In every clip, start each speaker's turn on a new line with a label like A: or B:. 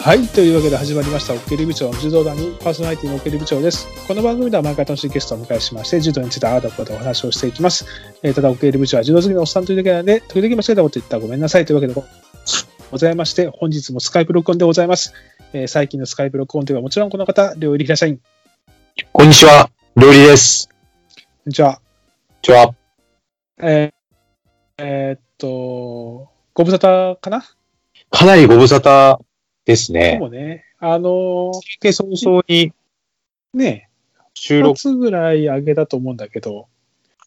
A: はい。というわけで始まりました、オッケーリ部長の柔道団にパーソナリティのオッケーリ部長です。この番組では毎回楽しいゲストをお迎えしまして、柔道についてああだことお話をしていきます。えーただ、オッケーリ部長は柔道好きのおっさんというだけなので、時々間違えたこと言ったらごめんなさいというわけでごございまして、本日もスカイプ録音でございます。えー最近のスカイプ録音ではもちろんこの方、両入り平社員。こ
B: こんにちは、料理です。
A: んにちは。
B: こんにちは。
A: えーえーっと、ご無沙汰かな
B: かなりご無沙汰です
A: で
B: ね。
A: もね、あのー
B: で、早々に
A: ね、
B: 収
A: 2
B: 録、
A: つぐらい上げたと思うんだけど、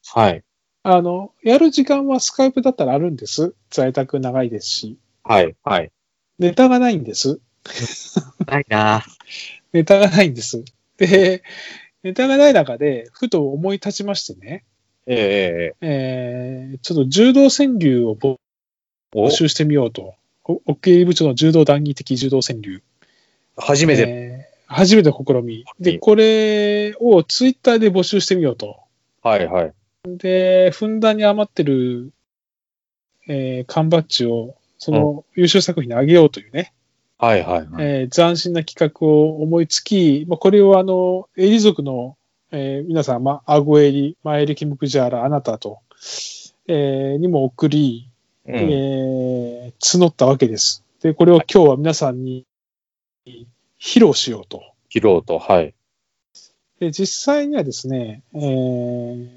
B: はい、
A: あの、やる時間はスカイプだったらあるんです。在宅長いですし。
B: はい、はい。
A: ネタがないんです。
B: ないな
A: ネタがないんです。で、ネタがない中で、ふと思い立ちましてね、
B: ええええ
A: えー、ちょっと柔道川柳を募
B: お
A: 募集してみようと。おおっきい部長の柔道談義的柔道川柳。
B: 初めて、
A: えー初めての試み。で、これをツイッターで募集してみようと。
B: はい、はい。
A: で、ふんだんに余ってる、えー缶バッジを、その優秀作品にあげようというね。
B: はい、はい、はい。
A: えー斬新な企画を思いつき、まあ、これをあの、エリ族の、えー皆さん、まあ、アゴエリ、マエリキムクジャーラ、あなたと、えーにも送り、
B: うん
A: えー募ったわけです。で、これを今日は皆さんに披露しようと。
B: 切ろうと、はい。
A: で、実際にはですね、えー、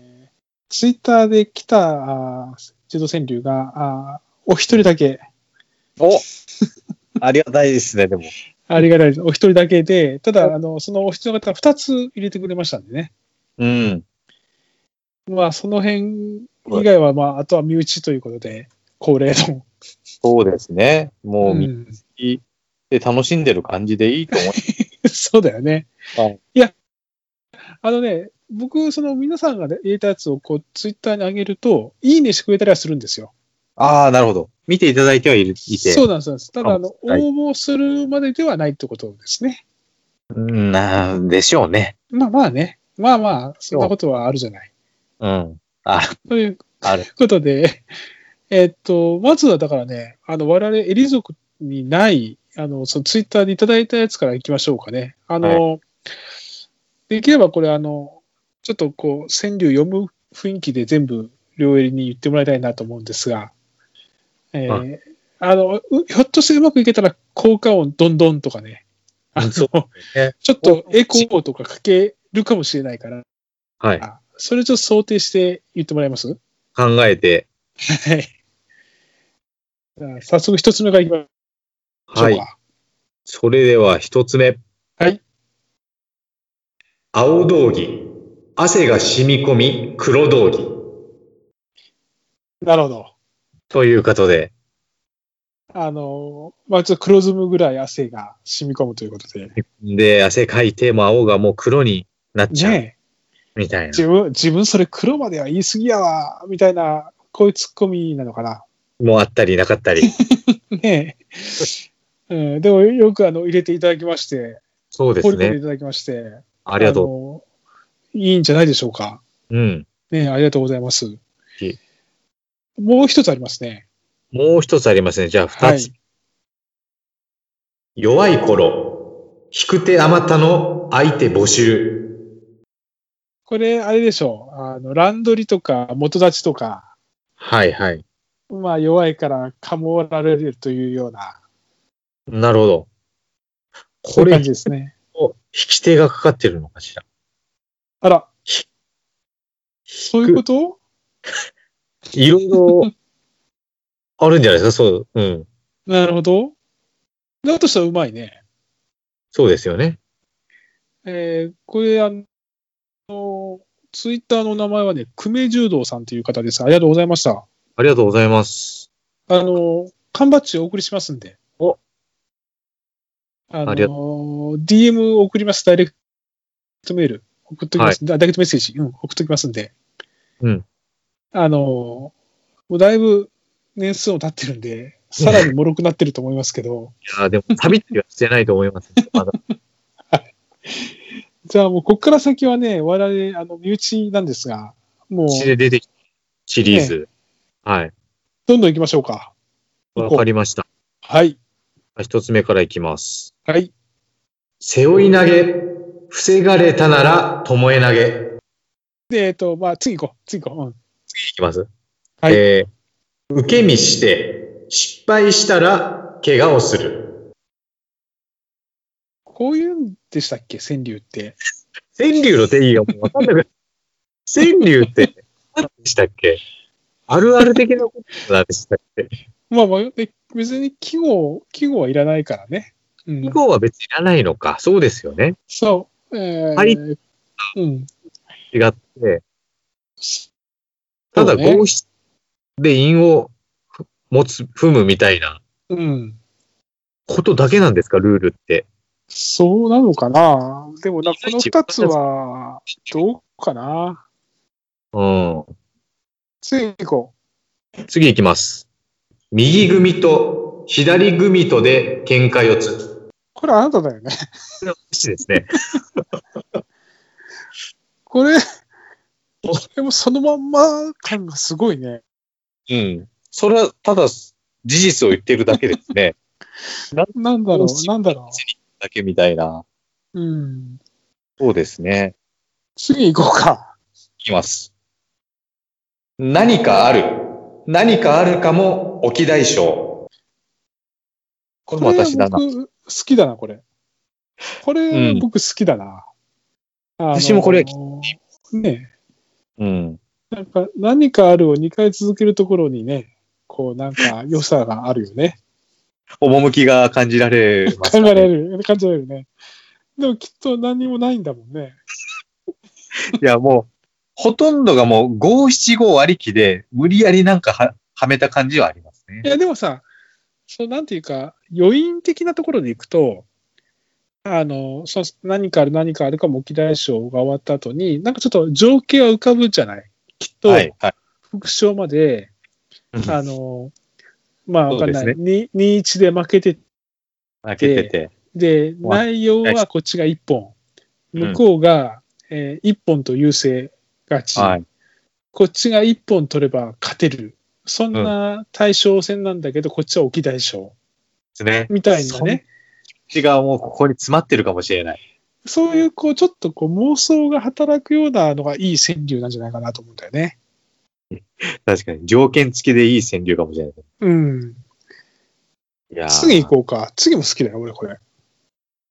A: ツイッターで来た、あー柔道川柳が、あーお一人だけ、
B: おありがたいですね、でも。
A: ありがたいです。お一人だけで、ただ、あの、そのお一人の方は二つ入れてくれましたんでね。
B: うん。
A: まあ、その辺以外は、まあ、あとは身内ということで、恒例の。
B: そうですね。もう、
A: う
B: みん
A: ん
B: で楽しんでる感じでいいと思い
A: そうだよね。
B: はい、
A: や、あのね、僕、その皆さんがね入れたやつをこうツイッターに上げると、いいねしてくれたりはするんですよ。
B: ああ、なるほど。見ていただいてはいる、いて。。
A: そううなんですそうなんです。ただ、あの、
B: はい
A: 応募するまでではないってことですね。
B: ん、なんでしょうね。
A: まあまあね。まあまあ、そんなことはあるじゃない。
B: うん。あ、
A: という
B: ある。
A: ことで、 えっと、まずはだからね、あの、我々エリ族にない、あの、そのツイッターでいただいたやつからいきましょうかね。あの、できればこれあの、ちょっとこう、川柳読む雰囲気で全部両襟に言ってもらいたいなと思うんですが、えー
B: う
A: あの、うひょっとしてうまくいけたら効果音どんどんとかね、あの、ち
B: そ
A: ょ
B: ね
A: っとエコーとかかけるかもしれないから、
B: はい。
A: それちょっと想定して言ってもらえます
B: 考えて。
A: はい。じゃあ早速一つ目からいきましょうか。
B: はい。それでは一つ目。
A: はい。
B: 青道着、汗が染み込み黒道着
A: なるほど。
B: ということで、
A: あの、まあ、ちょっと黒ずむぐらい汗が染み込むということで。
B: で、汗かいても青がもう黒になっちゃう
A: ね
B: みた
A: え
B: いな。
A: 自分、自分それ黒までは言い過ぎやわ、みたいな、こういうツッコミなのかな。
B: もうあったりなかったり。
A: ね え。うん、でもよくあの入れていただきまして、
B: そうで
A: 掘
B: す
A: り込んで
B: ね。
A: いただきまして、
B: ありがと
A: とう。いいんじゃないでしょうか。
B: う。うん。
A: ねえ、ありがとうございます
B: い。
A: もう一つありますね。
B: もう一つありますね。じゃあ
A: は
B: 二
A: い
B: つ。。弱い頃、引く手あまたの相手募集。
A: これ、あれでしょう。あの、乱取りとか、元立ちとか、
B: はいはい。
A: まあ、弱いからかもられるというような、
B: なるほど。
A: そうい
B: こ
A: う
B: れ、
A: 感じ
B: 引
A: ですね。
B: き手がかかってるのかしら。
A: あら、
B: そ
A: そういうこと
B: いろいろあるんじゃないですか、そう、うん。
A: なるほど。だとしたらうまいね。
B: そうですよね。
A: えーこれ、あの、ツイッターの名前はね、久米柔道さんという方です。ありがとうございました。
B: ありがとうございます。
A: あの、缶バッジお送りしますんで。
B: お
A: あの
B: ありが
A: DM を送ります。ダイレクトメール。送っときます。ダイレクトメッセージ。うん、送っときますんで。
B: うん。
A: あの、もうだいぶ年数も経ってるんで、さらに脆くなってると思いますけ ど、
B: いやーでも、旅ってはしてないと思います、 まだ。
A: じゃあもうこっから先はね、我々、あの、身内なんですが、もう、
B: 血で出てきたシリーズ。はい。
A: どんどん行きましょうか。
B: わかりました。
A: はい。
B: 一つ目からいきます。
A: はい。
B: 背負い投げ、防がれたなら、ともえ投げ。
A: で、えっと、まあ、次行こう。次行こう。うん。
B: いきます。
A: はい
B: えー受け身して、失敗したら、怪我をする。
A: こういうんでしたっけ川柳って。
B: 川柳の定義がもうわかんなくなる川柳って、何でしたっけあるある的なことなんでしたっけ
A: まあまあ、で別に季語、季語はいらないからね。うん
B: 以。降は別にいらないのか。そうですよね。
A: そう。えー、
B: はい
A: うん。
B: 違って。ただ、
A: そうね
B: 五七で韻を持つ、踏むみたいな
A: うん。
B: ことだけなんですか、ルールって。
A: そうなのかなでもな、この
B: いちいち
A: 二つは、どうかな
B: うん。
A: 次行こ
B: 次行きます。右組と左組とで喧嘩四つ。
A: う。これあなただよね。
B: これは七ですね。
A: こ れ、でもそのまんま感がすごいね。
B: うん。それは、ただ、事実を言ってるだけですね。
A: なんだろ
B: よし
A: う、なんだろ
B: だけみたいな。
A: う。うん。
B: そうですね。
A: 次行こうか。
B: いきます。何かある。何かあるかも、沖大将。これも私だな
A: こ。れ僕、好きだな、これ。これ、
B: うん
A: 僕好きだな。
B: 私もこれ
A: あのーね
B: うん。
A: なんか、何かあるを2回続けるところにね、こう、なんか、良さがあるよね。
B: 趣が感じられます
A: 考え
B: かね、
A: られる、感じられるね。でも、きっと何にもないんだもんね。
B: いや、もう、ほとんどがもう、五七五ありきで、無理やりなんかは、はめた感じはありますね
A: い。や、でもさ、そう、なんていうか、余韻的なところでいくと、あの、そう何かある何かあるかも沖大賞が終わった後に、なんかちょっと情景は浮かぶじゃないきっと、
B: はい、はい。
A: 副賞まで、
B: うん
A: あの、まあ、わかんな
B: そうで
A: い。に2-1で負けて
B: 負けてて。
A: で、
B: 終わ
A: 内容はこっちが1本、向こうが、え1本と優勢勝ち、
B: はい。
A: こっちが1本取れば勝てる、そんな対象戦なんだけど、こっちは沖大賞
B: ですね。
A: みたいなね、
B: そっちがもうここに詰まってるかもしれない。
A: そういうこうちょっとこう妄想が働くようなのがいい川柳なんじゃないかなと思うんだよね。
B: 確かに。条件付きでいい川柳かもしれない。
A: うん。
B: いや
A: 次行
B: う。
A: こうか。次も好きだよ、俺これ。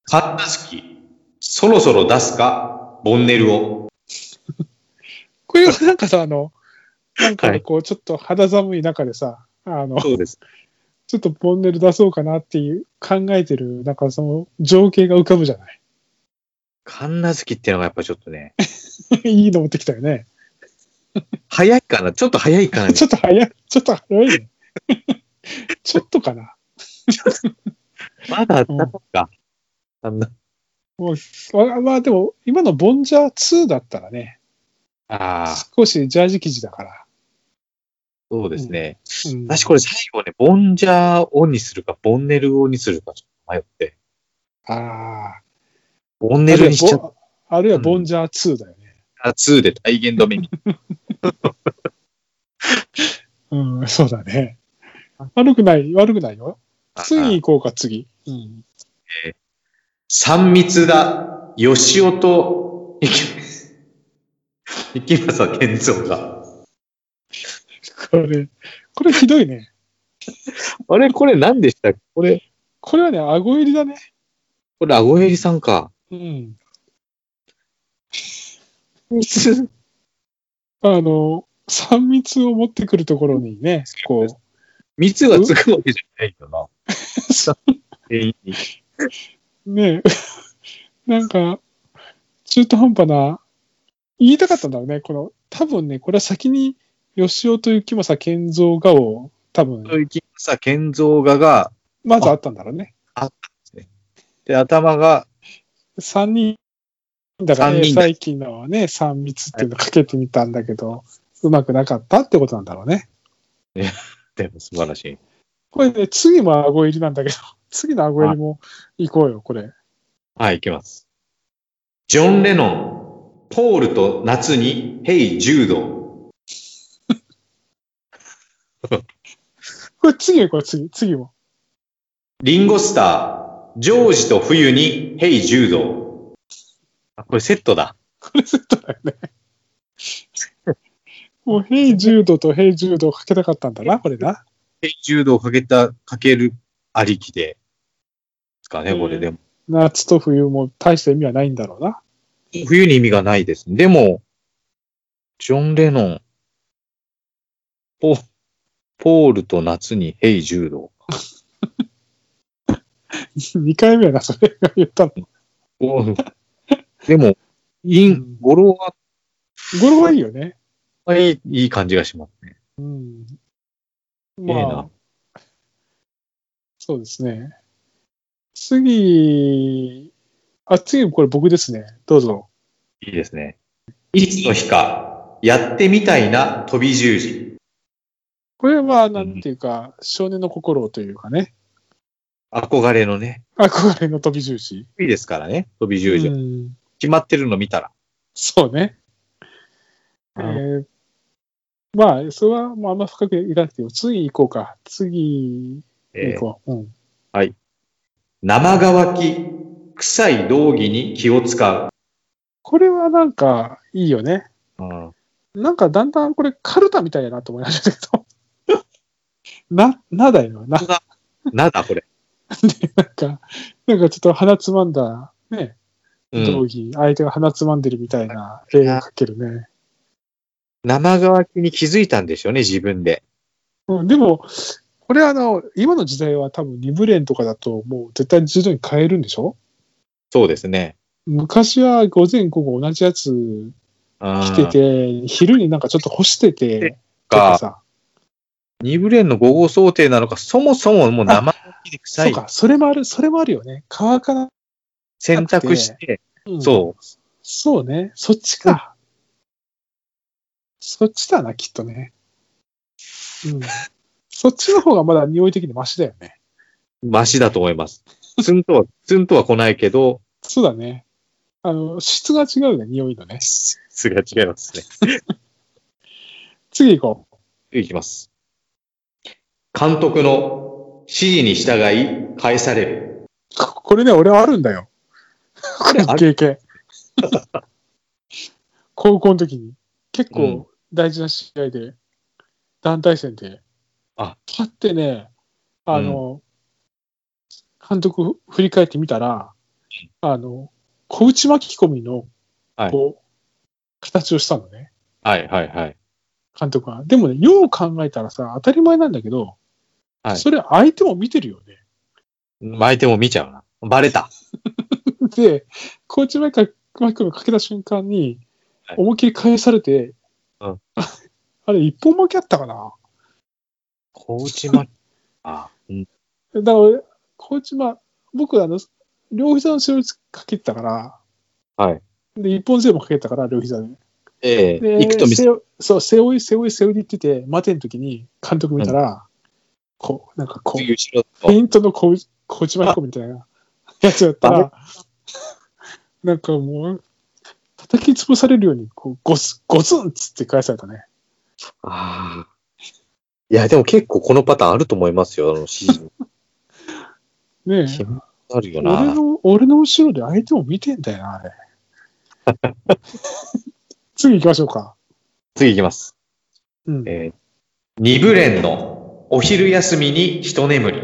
B: パンナスキ、そろそろ出すか、ボンネルを。
A: これはなん かさ、あの、なん
B: は
A: か
B: い
A: こうちょっと肌寒い中でさ、あの、
B: そうです。
A: ちょっとボンネル出そうかなっていう考えてる、なんかその情景が浮かぶじゃない。
B: カンナスキってのがやっぱちょっとね、
A: いいの持ってきたよね。
B: 早いか な、ちょっと早いかな。
A: ちょっと早い、ちょっと早い ね。ちょっとかな。
B: まだあったのか。あんな
A: わまあでも、今のボンジャー2だったらね、
B: ああ、
A: 少しジャージ生地だから。
B: そうですね。
A: うん
B: 私これ最後ね、ボンジャーオンにするか、ボンネルオンにするか、ちょっと迷って。
A: ああ。
B: ボンネルにしちゃっ
A: あるいはボンジャー2だよね。
B: た2で体現止めに。
A: うん、そうだね。悪くない、悪くないよ。次行
B: に
A: こうか、次。うん。
B: 三密だ、吉尾と、いき、池政健三が。
A: これ、これひどいね。
B: あれ、これ何でしたっけこれ、
A: これはね、顎入りだね。
B: これ、アゴヘリさんか。
A: うん。
B: 密
A: あの、三密を持ってくるところにね、こう、
B: 密がつくわけじゃないよな。
A: そ
B: えい
A: ね、 なんか、中途半端な、言いたかったんだろうね。この、多分ね、これは先に、吉尾という木政健三がを、多分、
B: 池政健三がが、
A: まずあったんだろうね。
B: で、頭が、
A: 三人だから、
B: 三
A: ね、
B: 人だ
A: 最近のはね、三密っていうのかけてみたんだけど、うまくなかったってことなんだろうね。
B: でも素晴らしい。
A: これね、次も顎入りなんだけど、 次の顎入りも行こうよ、これ。
B: はい、いきます。ジョン・レノン、ポールと夏に、ヘイ・柔道。
A: これ次よ、これ次、次も。
B: リンゴスター、ジョージと冬に、ヘイ柔道。あ、これセットだ。
A: これセットだよね。もう、ヘイ柔道とヘイ柔道をかけたかったんだな、これな。
B: ヘイ柔道をかけた、かけるありきで。ですかね、これでも。
A: 夏と冬も大した意味はないんだろうな。
B: 冬に意味がないです。でも、ジョン・レノン、ポポールと夏にヘイ柔道。
A: 2回目やな、それが言ったの。
B: ポールでも、イン、語呂は
A: 語呂はいいよね。
B: あいい、いい感じがしますね。
A: うん。
B: ええ
A: ま
B: な
A: あ、そうですね。次、あ、次、これ僕ですね。どうぞ。
B: いいですね。いつの日か、やってみたいな飛び十字。
A: これは、なんていうか、少年の心というかね、
B: 憧れのね。
A: 憧れの飛び重視。
B: いいですからね、飛び
A: う
B: 十字。
A: ん、
B: 決まってるの見たら。
A: そうね。えーまあ、それはもうあんま深くいかなくても、次行こうか。次
B: え
A: 行
B: ー
A: こう。うん。
B: 生乾き、臭い道着に気を使う。
A: これはなんか、いいよね。
B: うん、
A: なんかだんだんこれ、カルタみたいやなと思いましたけ ど。な、なだよな。
B: なんだこれ。
A: なんか、なんかちょっと鼻つまんだ、ね、
B: うん
A: 道着、相手が鼻つまんでるみたいな例が書けるね。
B: 生乾きに気づいたんでしょうね、自分で。
A: うん、でも、これあの、今の時代は多分2部連とかだともう絶対自動に変えるんでしょ
B: そうですね。
A: 昔は午前午後同じやつ
B: 来
A: 着てて、昼になんかちょっと干してて、とか
B: か、
A: さ、
B: ニブレンの5号想定なのか、そもそももう生乾きで臭
A: そう
B: い。
A: か、それもある、それもあるよね。乾かな、
B: 選択して、
A: うん
B: そう。
A: そうね。そっちか。そっちだな、きっとね。うん。そっちの方がまだ匂い的にマシだよね。
B: マシだと思い ます。ツンとは、ツンとは来ないけど、
A: そうだね。あの、質が違うね、匂いのね。
B: 質が違いますね。
A: 次行こう。
B: いきます。監督の指示に従い返される。
A: ここれね、俺はあるんだよ。これ
B: あ
A: 経 験。高校の時に、結構大事な試合で、団体戦で、
B: あ
A: パってね、あの、監督振り返ってみたら、あの、小内巻き込みの、
B: はい
A: こう、形をしたのね、
B: はいはいはい。
A: 監督は。でもね、よう考えたらさ、当たり前なんだけど、
B: はい
A: それ相手も見てるよね。
B: 相手も見ちゃうな。バレた。
A: で、コーチ前からマイクをかけた瞬間に
B: はい、
A: 思いっきり返されて、
B: うん
A: あ あれ、一本負けあったかな
B: コーチ巻き。あ、うん。
A: だから、コーチ前、僕、あの、両膝の後ろにかけてたから、
B: はい。
A: で、一本背負いもかけてたから、両膝で。
B: ええ
A: で、
B: 行くと見せ
A: 背負そう、背負い、背負い、背負いで行ってて、待ての時に、監督見たら、こう、なんかこう、
B: 次後ろ
A: フェイントのコーチ、コーチ巻き込みみたいなやつだったら、なんかもう、叩き潰されるように、こう、ゴス、ゴツンっつって返されたね。
B: ああ。いや、でも結構このパターンあると思いますよ。あの指示
A: ねえ。
B: にあるよな。
A: 俺の、俺の後ろで相手も見てんだよ な、あれ。次行きましょうか。
B: 次行きます。
A: うん。
B: えー、二部連のお昼休みに一眠り。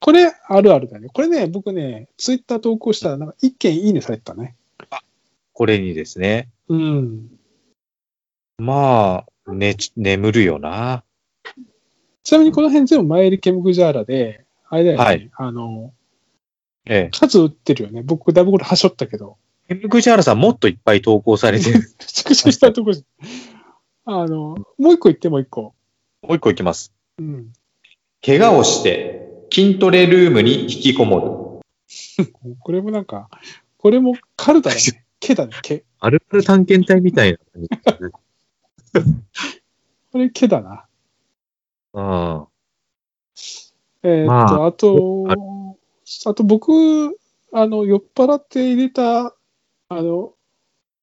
A: これ、あるあるだね。これね、僕ね、ツイッター投稿したら、なんか一件いいねされてたね。
B: これにですね。
A: うん。
B: まあ、ね、眠るよな。
A: ちなみにこの辺全部マイリケムグジャーラで、あれだよね。
B: はい
A: あの、
B: ええ。
A: 数打ってるよね。僕、だいぶこれ、はしょったけど。
B: ヘムクジャーラさんもっといっぱい投稿されてる。
A: 縮小したとこじあの、もう一個言って、もう一個。
B: もう一個いきます。
A: うん。
B: 怪我をして、筋トレルームに引きこもる。
A: これもなんか、これもカルタだ ね。毛だね、毛。
B: あるある探検隊みたいな感じ。
A: これ毛だな。
B: うん。
A: えーっと、
B: まあ
A: あ、と、あと僕、あの、酔っ払って入れた、あの、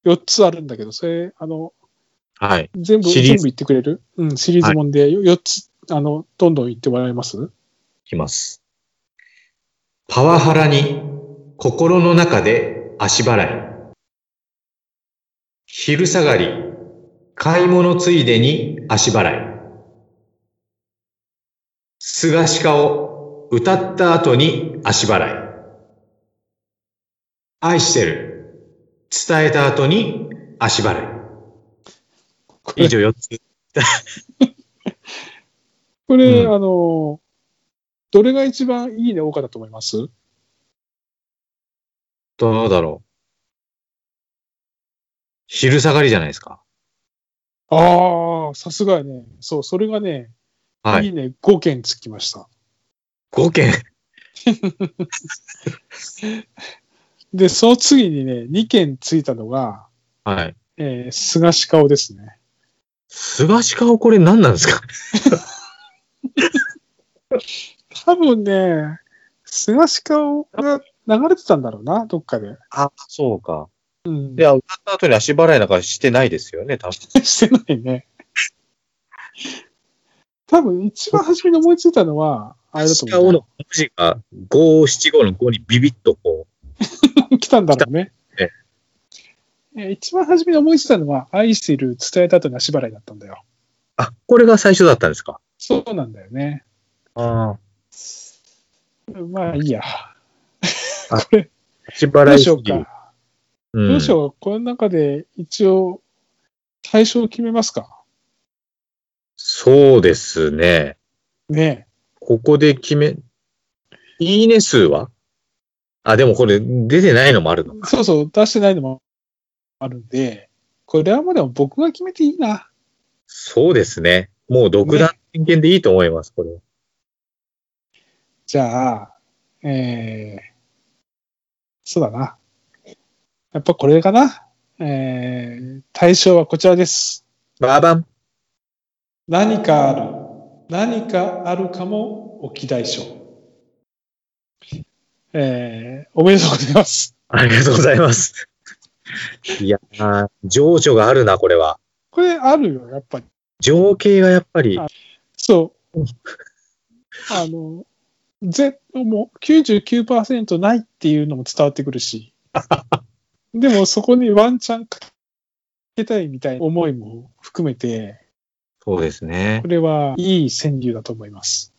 A: 4つあるんだけど、それ、あの、
B: はい。
A: 全部、
B: シリー
A: 全
B: ズ
A: 部言ってくれるうん、シリーズもんで、よ4つ、あの、どんどん言ってもらえます
B: いきます。パワハラに心の中で足払い。昼下がり、買い物ついでに足払い。すがしかを歌った後に足払い。愛してる。伝えた後に足払い。以上4つ。
A: これ、
B: うん
A: あの、どれが一番いいね、多かったと思います
B: どうだろう。昼下がりじゃないですか。
A: ああ、さすがやね。そう、それがね、
B: はい
A: い、いね、5件つきました。
B: 5件。
A: で、その次にね、2件ついたのが、
B: はい。
A: えー、菅氏顔ですね。
B: すがし顔これ何なんですか
A: 多分ね、菅氏顔が流れてたんだろうな、どっかで。
B: あ、そうか。
A: うん。
B: いや、歌った後に足払いなんかしてないですよね、多分。
A: してないね。多分、一番初めに思いついたのは、あれだと思うな。
B: 文字が5、7、5の5にビビッとこ
A: 来たんだろうね。
B: ええ
A: え一番初めに思いついたのは、愛してる伝えた後の足払いだったんだよ。
B: う。あ、これが最初だったんですか
A: そうなんだよね。
B: ああ。
A: まあいいや。これ、
B: 足払
A: どう
B: い
A: し
B: す
A: よ
B: ぎ
A: うか。
B: うん
A: どうしよう。この中で一応、対象を決めますか。
B: そうですね。
A: ね
B: ここで決め、いいね数はあ、でもこれ出てないのもあるの
A: え。そうそう、出してないのもあるんで、これはもうでも僕が決めていいな。
B: そうですね。もう独断偏見でいいと思います、これ。
A: じゃあ、えー、そうだな。やっぱこれかな。えー、対象はこちらです。
B: バーバン。
A: 何かある。何かあるかも沖大賞。えー、おめでとうございます。
B: ありがとうございます。いやー、情緒があるな、これは。
A: これあるよ、やっぱり。
B: 情景がやっぱり、
A: あそう。 あの、ぜもう99%ないっていうのも伝わってくるし。 でもそこにワンチャンかけたいみたいな思いも含めて、
B: そうですね
A: こ。れはいい川柳だと思います。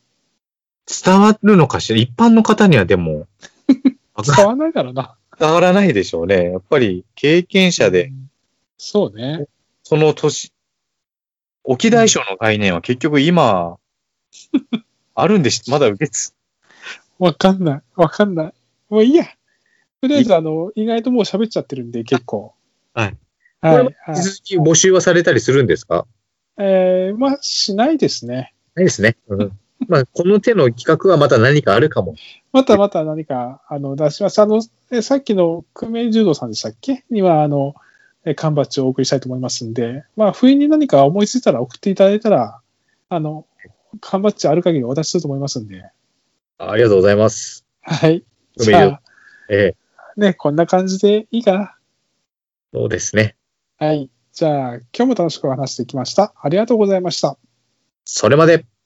B: 伝わるのかしら一般の方にはでも、
A: 伝わらないだろうな。
B: 伝わらないでしょうね。やっぱり経験者で、。
A: そうね。
B: その年、沖大賞の概念は結局今、 あるんでし、まだ受けつ、
A: わかんない。わかんない。もういいや。とりあえず、あの、意外ともう喋っちゃってるんで、結構。
B: はい。
A: はい。
B: これ
A: はい、
B: も引き続き募集はされたりするんですか
A: えー、まあ、しないですね。
B: ないですね。うん、まあ、この手の企画はまた何かあるかも。
A: またまた何か、あの、出します。あの、えさっきの久米柔道さんでしたっけには、あの、え缶バッジをお送りしたいと思いますんで、まあ、不意に何か思いついたら送っていただいたら、あの、缶バッジある限りお渡しすると思いますんで。
B: ありがとうございます。
A: はい。
B: 久米
A: じ
B: 柔道
A: ゃ
B: ええ
A: あ、ね、こんな感じでいいかな。
B: そうですね。
A: はい。じゃあ、今日も楽しくお話してきました。ありがとうございました。
B: それまで。